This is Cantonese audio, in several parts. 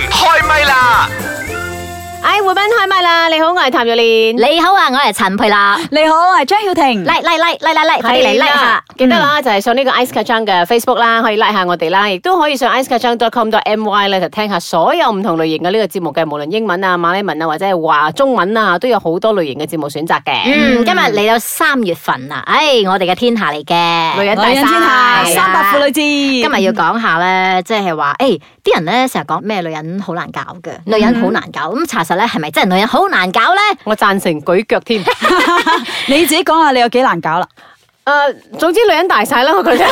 咪啦！哎，匯斌開唛啦！你好，我係譚玉蓮。你好啊，我係陳佩樂。你好，我係張曉婷。嚟嚟嚟嚟嚟嚟，快啲嚟嗯 like 啦下，，記得啦，就係上呢個 Ice Kacang 嘅 Facebook 啦，可以 like 下我哋啦，亦都可以上 icekacang.com.my 咧就聽下所有唔同類型嘅呢個節目嘅，無論英文啊、馬來文啊或者係華中文啊，都有好多類型嘅節目選擇嘅。嗯，今日嚟到三月份啦，唉，我哋嘅天下嚟女嘅。人大女人天下晒係啦三八婦女節，今日要講下咧，即係話，誒，啲人咧成日講咩女人好難搞嘅，嗯女人好難搞。咁查實咧，係咪真係女人好難搞 咧？我贊成舉腳添。你自己講下你有幾 難搞啦。誒，總之女人大晒啦，我覺得。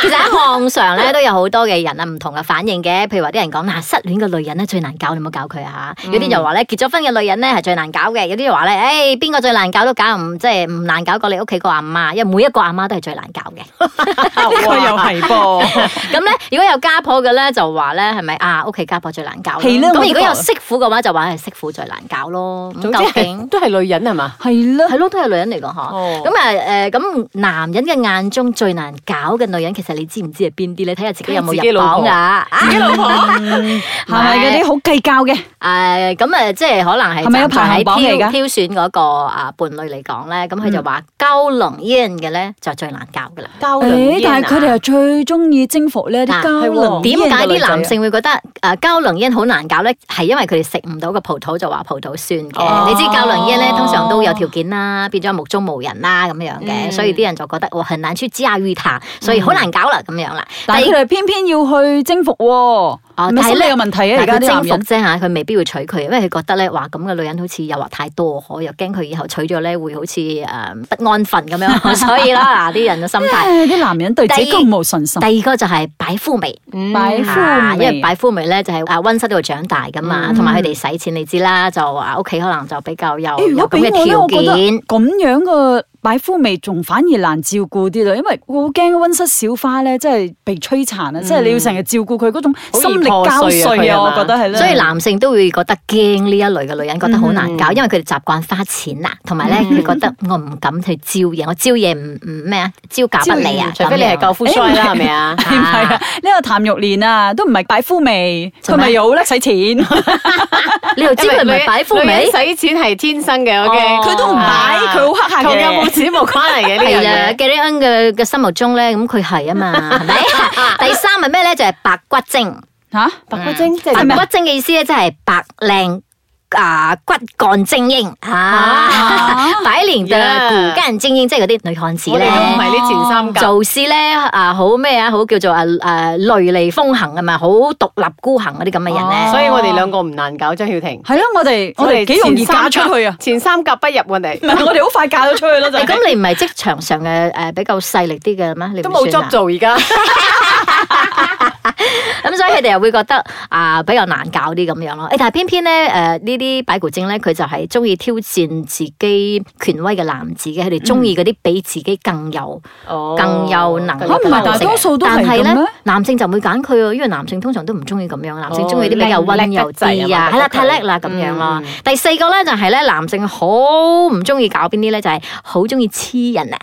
其實喺網上咧都有好多嘅人啊，唔同嘅反應嘅。譬如話啲人講啊嗱，失戀嘅女人咧最難搞，你唔好搞佢啊！嗯有啲就話咧結咗婚嘅女人咧係最難搞嘅，有啲就話咧，誒邊個最難搞都搞唔即係唔難搞過你屋企個阿媽，因為每一個阿媽都係最難搞嘅。呢個 又 係噃，咁咧，如果有家婆嘅咧，就話咧係咪啊？屋企家婆最難搞咯。係咁咯我都如果覺有媳婦嘅話，就話係媳婦最難搞咯。咁總之究係竟都係女人係嘛？係咯。係咯，都係女人嚟講嗬。哦咁啊誒，咁男人嘅眼中最難搞嘅女人，其實你知唔知係邊啲咧？睇下自己有冇自己入老榜婆㗎。啊自己老婆。係咪嗰啲好計較嘅？ 誒咁誒，即係可能係係咪站在有排喺行榜嚟挑㗎挑選嗰個啊伴侶嚟講咧，咁佢嗯就話高能煙嘅咧就最難搞噶啦。交誒，但係佢哋又最中意征服呢一嗱啲交係喎流。啊點解啲男？性會覺得誒高能煙好難搞咧？係因為佢哋食唔到個葡萄就話葡萄酸哦嘅。你知高能煙咧通常都有條件啦，變咗目中無人啦咁樣嘅，嗯所以啲人就覺得我很難去駕馭他，所以好難搞啦咁樣啦。但係第佢哋偏偏要去征服喎，係咪但係心咧理有問題啊？但而家佢征啲男服人啫嚇，佢未必會娶佢，因為佢覺得咧，哇咁嘅女人好似誘惑太多，我又驚佢以後娶咗咧會好似誒、呃不安分咁 樣，所以啦嗱啲人嘅心態。誒啲男人對自己第二咁冇信心，第二個就係擺夫眉，擺啊夫因為味。擺夫眉咧就係啊温室度長大噶嘛，嗯同埋佢哋使錢你知啦，就啊屋企可能就比較有誒如有果咁俾嘅我咧，條我覺得件。咁樣嘅擺夫味仲反而難照顧啲啦，因為我好驚温室小花咧，真係被摧殘啊！即係你要成日照顧佢嗰種好易心力破碎啊交瘁佢係啊，嘛我覺得係咧。所以男性都會覺得驚呢一類嘅女人，覺得好難搞，因為佢哋習慣花錢啦，同埋咧佢覺得我唔敢去招惹，我招惹唔唔咩啊，招架不理啊，除非你係夠咁樣夫衰啦，係咪啊？係咪啊？呢個譚玉蓮啊，都唔係擺夫味，佢咪又好叻使錢，佢你又知佢唔係擺夫女人尾？使錢係天生嘅，OK，À. 哦佢都唔擺，佢好黑下同有冇嘅。錢冇關係嘅 呢樣係啊嘢。 ，Gary N 嘅嘅心目中咧，咁佢係啊嘛，係咪？第三係咩咧？就係白骨精。吓，白骨精即係白點啊骨精嘅意思咧，即係白靚啊骨幹精英 啊，白領嘅骨幹精英，即係嗰啲女漢子我哋都唔咧。係呢前三甲。做事咧啊，好咩啊，好叫做啊啊雷厲風行啊嘛，好獨立孤行嗰啲咁嘅人咧。哦所以我哋兩個唔難搞張曉婷，係咯，我哋我哋幾容易前嫁三甲出去啊！前三甲不入我 哋唔，係，我哋好快嫁咗出去咯，就誒係。咁你唔係職場上嘅誒比較勢力啲嘅咩？你唔都冇算啊 job 做而家。咁所以佢哋又會覺得啊、比較難搞啲咁樣咯。誒，但係偏偏咧誒呢啲擺骨精咧，佢就係中意挑戰自己權威嘅男子嘅，佢哋中意嗰啲比自己更有、更有能力哦嚇唔係大多數都係咁咩但係咧，男性就唔會揀佢喎，因為男性通常都唔中意咁樣，男性中意啲比較哦温柔叻得啲滯啊啊，係覺得啦，太佢叻啦咁樣咯嗯。第四個咧就係咧，男性好唔中意搞邊啲咧，就係好中意黐人啊。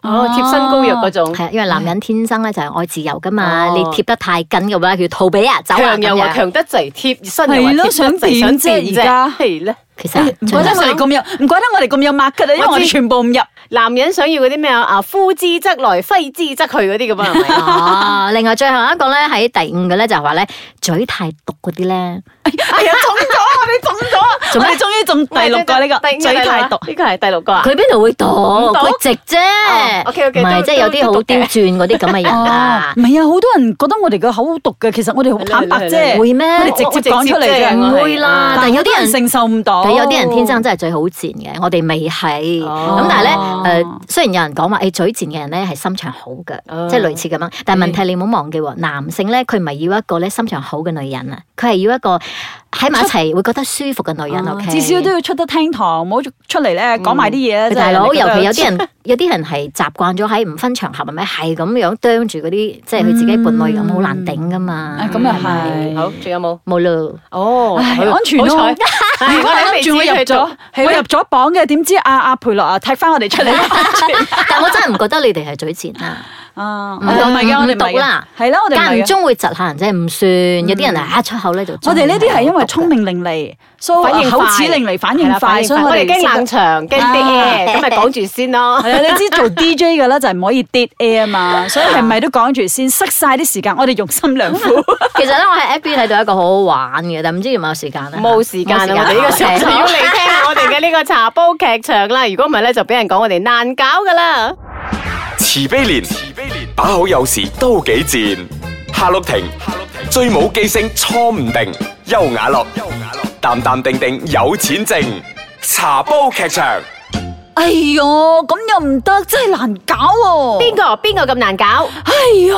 哦，貼身膏藥嗰種，係啊，因為男人天生咧就係愛自由噶嘛，哦你貼得太緊嘅話，佢逃避啊，走啊強又話咁樣。強得滯，貼身又話係貼咯得滯，想想點啫變而家啫。係咧，其哎實唔盡怪得量？我哋咁有，唔怪得我哋咁有默契啦，因為我我知哋全部唔入。男人想要嗰啲咩啊？啊，呼之則來，揮之則去嗰啲咁啊，係咪哦，另外最後一個咧喺第五個咧就係話咧嘴太毒嗰啲咧，係啊，中咗啊，你中咗啊！我哋終於中 第六個呢個第五嘴太毒，呢個係第六個啊。佢邊度會毒？毒佢直啫哦，，OK，OK，唔係都即係有啲都好都毒刁嘅鑽嗰啲咁嘅 人啊唔。係啊，好多人覺得我哋嘅口好毒嘅，其實我哋好坦白係啦係啫，啦會咩我哋直接講出嚟哦我直接啫嘅，唔會啦啊但係有啲人好多承受唔到，但有啲人天生真係嘴好賤嘅，我哋未係。哦咁但係哦咧，誒雖然有人講話誒嘴賤嘅人咧係心腸好嘅，哦即係類似咁樣。嗯但係問題你唔好忘記喎，男性咧佢唔係要一個咧心腸好嘅女人啊，佢係要一個喺埋一齊會覺得舒服嘅女哦人。O K，啊至少都要出得廳堂，唔好出嚟咧講埋啲嘢。啊大佬，尤其有啲人人，有啲人係習慣咗喺唔分場合，係咪係咁樣啄住嗰啲，即係佢自己伴侶咁，好難頂噶嘛。啊咁又係咪係好，仲有冇？冇咯。哦，唉好安全咯 好彩係我哋未知我入佢做咗，哦我入咗 榜嘅，點知阿阿培樂啊踢翻我哋出嚟？但我真係唔覺得你哋係嘴賤啊！啊，唔我哋唔係嘅，唔我哋唔係讀啦嘅，係 啊啦，我哋唔間係唔嘅。中會窒下人啫，唔算。有啲人啊，出口咧就我哋呢啲係因為聰明伶俐，所反以應口快齒伶俐，反係應啦快，反應所以我我哋哋驚識得冷場，驚啲啊 air，咁咪講住先咯。 係啊，你知做 DJ 嘅啦，就係唔可以 dead air 啊 嘛，所以係咪都講住先，塞晒啲時間，我哋用心良苦。 其實咧，我喺 FB 睇到一個好好玩嘅，但唔知有冇時間咧？啊冇時啊間啦，啊我哋呢 個時 候就要嚟聽我哋嘅呢個茶煲劇場啦。如果唔係咧，就俾人講我哋難搞噶啦。慈悲蓮，慈悲蓮，把口有時都幾賤。夏綠庭，夏綠庭，最冇記性錯唔定。優雅樂，優雅樂，淡淡定定有錢剩。茶煲劇場， 哎喲，咁又唔得，真係難搞喎。邊個邊個咁難搞？哎呀，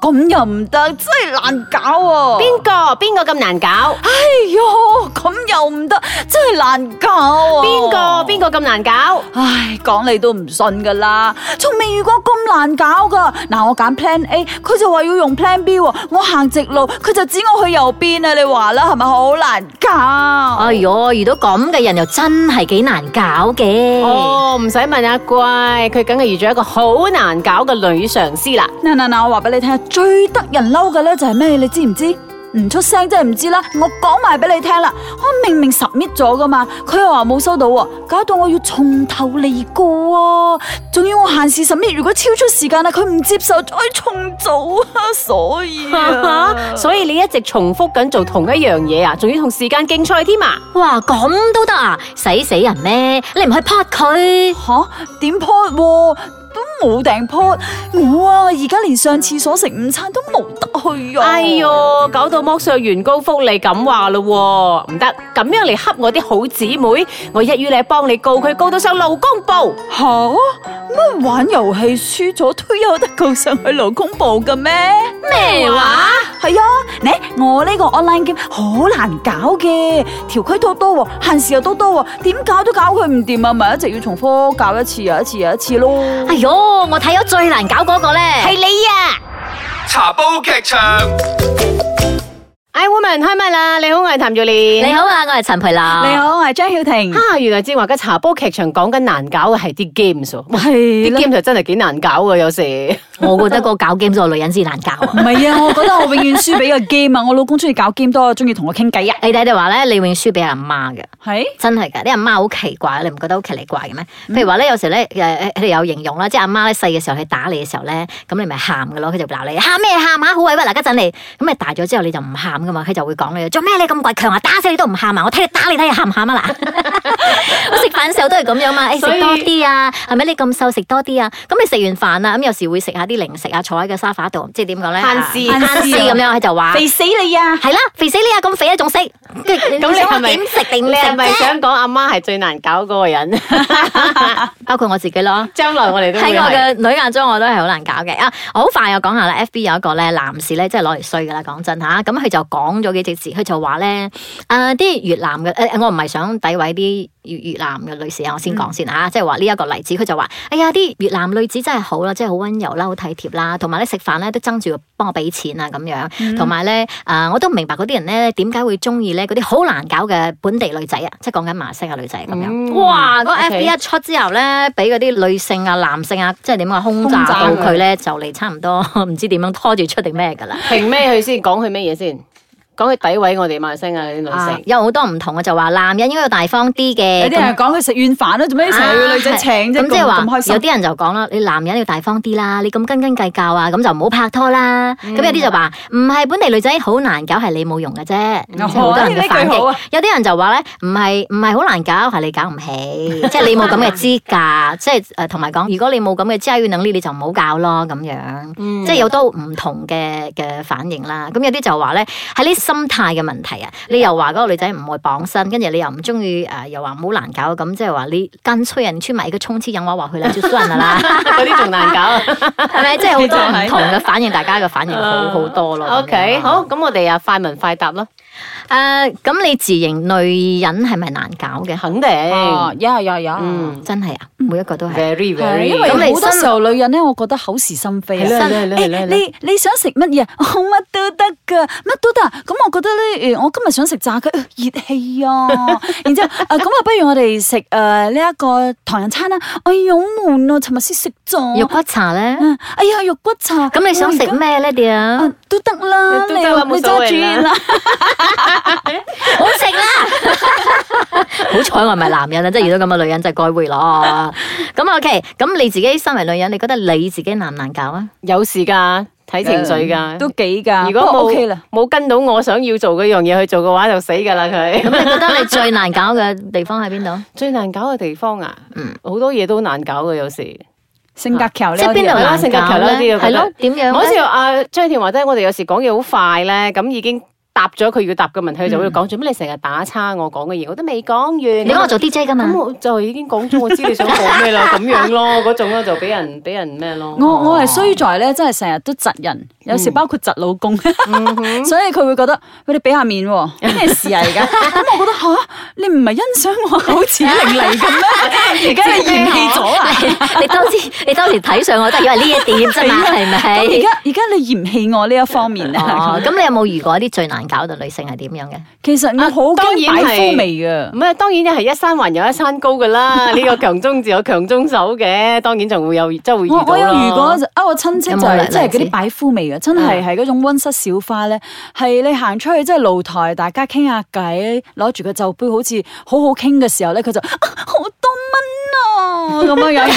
咁又唔得，真係難搞喎。邊個邊個咁難搞？哎喲，咁又唔得，真係難搞啊！邊個邊個咁難搞？唉，講你都唔信噶啦，從未遇過咁難搞噶。嗱，我揀 Plan A，佢就話要用 Plan B 喎。我行直路，佢就指我去右邊啊！你話啦，係咪好難搞？啊哎呦，遇到咁嘅人又真係幾難搞嗯嘅。哦，唔使問阿貴，佢梗係遇咗一個好難搞嘅女上司啦。嗱嗱嗱，我話俾你聽啊，最得人嬲嘅咧就係咩？你知唔知？唔出聲真係唔知啦，我講埋俾你聽啦，我明明 submit 咗噶嘛，佢又話冇收到喎，搞到我要從頭嚟過啊！仲要我限時 submit，如果超出時間啦，啊佢唔接受再重做啊，所 以啊所以你一直重複緊做同一樣嘢啊，仲要同時間競賽添啊！哇，咁都得啊？使死人咩？你唔去拍佢？吓點 pot 喎都冇訂 pot，我啊而家連上廁所食午餐都冇得去啊！哎喲，搞到剝削員工福利咁話咯喎，唔得，咁樣嚟恰我啲好姊妹，我一於你幫你告佢，告到上勞工部。吓乜玩遊戲輸咗都有得告上去勞工部嘅咩？咩話？係啊，你我呢個 online game 好難搞嘅，條規都多喎，限時又都多喎，點搞都搞佢唔掂啊，咪一直要重科教一次又一次又一次咯。哎呦，我睇咗最難搞嗰個咧，係你啊！茶煲劇場。哎，woman 開唛啦！你好，我係譚玉蓮。你好啊，我係陳培娜。你好，我係張曉婷。啊，原來正話嘅茶煲劇場講緊難搞嘅係啲 games 喎。哇係啲啦 game 就真係幾難搞嘅，有時。我覺得個搞 game 個女人先難搞啊。 唔係啊，我覺得我永遠輸俾個 game 啊，我老公中意搞 game 多，中意同我傾偈啊。你睇你話咧，你永遠輸俾阿媽嘅。係真係㗎，啲阿媽好奇怪，你唔覺得好奇離怪嘅咩？嗯譬如話咧，有時咧，誒佢哋有形容啦，即係阿媽咧細嘅時候佢打你嘅時候咧，咁你咪喊嘅咯，佢就鬧你喊咩喊啊，好委屈嗱，家陣你咁你大咗之後你就唔喊噶嘛，佢就會講你做咩你咁鬼強啊，打死你都唔喊啊，我睇你打你睇你喊唔喊啊嗱， 我食飯嘅時候都係咁樣嘛，誒所以食多啲啊，係咪你咁瘦食多啲啊？咁你食完飯啊，咁有時會食下啲零食啊，坐喺個沙發度，即係點講咧？慳啊事慳事咁樣，佢就話。肥死你啊！係啦，肥死你啊！咁肥啊，仲食，跟住你 咁你係想咪點食定唔你食係咪啫想講阿媽係最難搞嗰個人？包括我自己咯。將來我哋都喺會我係。嘅女眼中，我都係好難搞嘅啊！我好快又講下啦，FB 有一個咧男士咧，即係攞嚟衰噶啦，講真吓，咁佢就講咗幾隻字，佢就話咧，誒啲越南嘅誒，我唔係想詆毀啲越越南嘅女士啊，我先嗯講先吓，即係話呢一個例子，佢就話，哎呀啲越南女子真係好啦，即係好温柔啦，好體貼啦，同埋咧食飯咧都爭住幫我俾錢啊咁嗯樣，同埋咧誒我都唔明白嗰啲人咧點解會中意咧嗰啲好難搞嘅本地女仔啊，即係講緊馬來西亞女仔咁樣。嗯哇！嗰個 OK FB 一出之後咧，俾嗰啲女性啊、男性啊，即係點講轟炸到佢咧，就嚟差唔多 唔知點樣拖住出定咩㗎啦。評咩佢先？講佢咩嘢先？講佢詆毀我哋馬來西亞嗰啲女啊性。有好多唔同嘅就話男人應該要大方啲嘅。有啲人講佢食軟飯啦，啊做咩成日要女仔請啫？咁即係咁話咁開心哦有。啲人就講啦，你男人要大方啲啦，你咁斤斤計較啊，咁就唔好拍拖啦。咁、有啲就話唔係本地女仔好難搞，係你冇用嘅啫。即係好多人嘅反嗯呢句好應啊。有啲人就話咧，唔係唔係好難搞，係你搞唔起，即係你冇咁嘅資格。即係誒，同埋講，如果你冇咁嘅資格能力，你就唔好搞咯咁樣。嗯即係 有多唔同嘅嘅反應啦。咁有啲就話咧，係你心態嘅問題啊。你又話嗰個女仔唔會綁身，跟住你又唔中意誒，又話唔好難搞，咁即係話你跟催人出埋一個衝刺引話話去啦，就算 啦啦，嗰啲仲難搞啊！係咪？即係好多唔你就同嘅反應，大家嘅反 應好好多咯。 O K，好，咁我哋啊快問快答啦，誒，咁你自認女人係咪難搞嘅？肯定，哦，呀呀呀，嗯真係啊，每一個都係。 ，very 係 very，因為咁你好多身時候女人咧，我覺得口是心非係啊。啦係啦係啦誒係啦你你想食乜嘢？我乜都得噶，乜都得。咁我覺得咧，誒我今日想食炸雞，呃熱氣啊！ 然之後，誒咁啊，不如我哋食誒呢一個唐人餐啦。哎呀，好悶啊！尋日先食肉咗。骨茶咧，嗯哎呀，肉骨茶。咁你想食我而家？咩咧？嗯啲啊啊，都得啦，都你得啦冇你所揸謂啦主意啦。 好食啦！ 好彩我唔係男人啊啦，即係遇到咁嘅女人就該會咯。咁 OK，咁你自己身為女人，你覺得你自己難唔難搞啊？有事噶，睇情緒噶。都幾㗎。如果不過冇 OK 啦，冇跟到我想要做嗰樣嘢去做嘅話，就死噶啦佢。 咁你覺得你最難搞嘅地方喺邊度？啊最難搞嘅地方啊，嗯好多嘢都難搞嘅有時。性格強呢即係邊啲度人啦難性格搞強啦啲咧？我覺係得咯，點樣好似咧？阿張田話齋，我哋有時講嘢好快咧，咁已經答咗佢要答嘅問題，佢就會講做咩你成日打叉我講嘅嘢，我都未講完。你講我做 DJ 啊噶嘛？咁嗯我就已經講咗，我知你想講咩啦，咁樣 咯，嗰種咯就俾人俾人咩咯。哦我我係衰在咧，真係成日都窒人，有嗯時包括窒老公， 所以佢會覺得喂你俾下面 喎，咩事啊而家？咁我覺得吓，你唔係欣賞我口齒伶俐嘅 咩？而家你嫌棄咗啊？ 你當時你當時睇上我都係因為呢一點啫嘛，係 而咪？家而家你嫌棄我呢一方面啊哦，？咁你有冇遇過一啲最難搞嘅女性係點樣嘅？其實我好啊當驚然擺係夫味啊嘅唔。係，當然係一山還有一山高噶啦。呢個強中自有強中手嘅，當然仲會有，即係會遇我到我有遇過啦。啊，我親戚就有冇例係例即係嗰子啲擺夫味嘅，啊真嗯係係嗰種温室小花咧，係你行出去即係露台，大家傾下偈，攞住個酒杯，好似好好傾嘅時候咧，佢就啊好多蚊啊咁樣樣，然之 後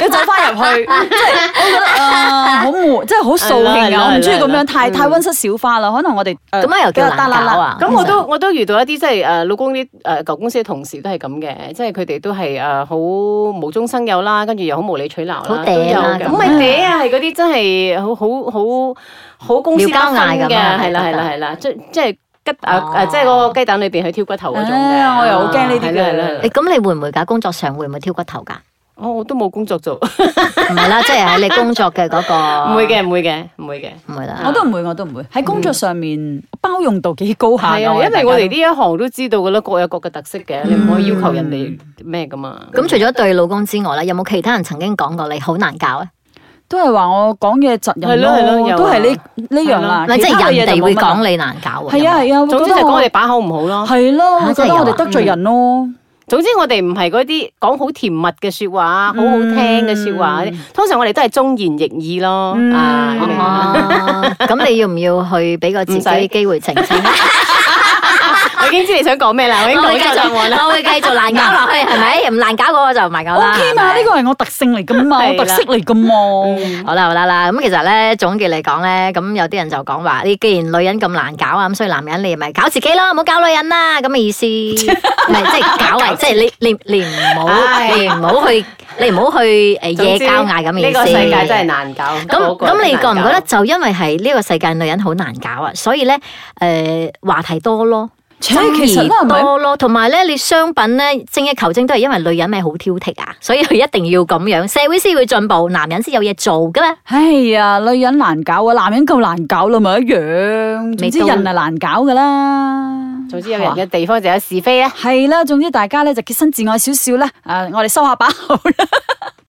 你走翻入去，即係我覺得啊好悶，即係好係掃啦興啊！我唔中係意啦咁係啦嗯樣太太温室小花啦，可能我哋呃咁樣又叫難搞啊？咁我都我都遇到一啲即係誒老公啲誒舊公司嘅同事都係咁嘅，即係佢哋都係誒好無中生有啦，跟住又好無理取鬧啦，好都有嗲啦嘅咁唔係嗲啊，係嗰啲真係好好好好公司不分撩交嗌嘅，咁啊係啦係覺得啦係啦，即即係吉哦誒誒，即係嗰個雞蛋裏邊去挑骨頭嗰種嘅。啊唉我又好驚呢啲係嘅啦係啦係啦誒咁你會唔會㗎？工作上會唔會挑骨頭㗎？我我都冇工作做，唔唔係啦，即係喺你工作嘅嗰個。會， 嘅唔會嘅唔會嘅。唔會啦。我都唔會，我都唔會喺工作上面包容度幾高下㗎嗯係啊，我因大為家我都哋呢一行都知道噶啦，各有各嘅特色嘅，你唔可以要求人哋咩噶嘛。咁除咗對老公之外咧，有冇其他人曾經講過你好難搞咧？都係話我講嘢窒人係咯係咯咯，有啊都係呢呢樣啦唔。係即其他嘅係嘢人就哋會冇乜啦講你難搞喎。係啊係總啊，會之覺就得講我我哋把口唔好咯。係嚇咯，我覺真係得有啊嗯我哋得罪人咯。總之我哋唔係嗰啲講好甜蜜嘅説話，好好聽嘅説話。通常我哋都係忠言逆耳咯。嗯啊，你明唔明啊哦，咁你要唔要去俾個自唔使己機會澄清？ 我已經知你想講咩啦，我已經講我會繼咗答案續，啦。我會繼續難搞落去，係咪？唔難搞嗰個就唔係我 O 啦。 K 嘛，呢個係我特性嚟噶嘛，係啦嗯我特色嚟噶嘛。好啦好啦啦，咁其實咧總結嚟講咧，咁有啲人就講話，你既然女人咁難搞啊，咁所以男人你咪搞自己咯，唔好搞女人啦，咁嘅意思，唔係即係搞啊，即係你你你唔好唉你唔好去你唔好去誒總夜之交嗌啊咁嘅意思。呢個世界真係難搞。咁個個咁，你覺都唔難覺搞得就因為係呢個世界女人好難搞啊，所以咧誒話題多咯，切其實爭咧係議咪？多咯，同埋咧你商品咧精益求精都係因為女人咪好挑剔啊，所以佢一定要咁樣，社會先會進步，男人先有嘢做噶嘛。哎呀，女人難搞啊，男人夠難搞啦，咪一樣。總之未到人係難搞噶啦。總之有人嘅地方就有是非咧。啊係啦，總之大家咧就潔身自愛少少啦。啊，我哋收下把口啦。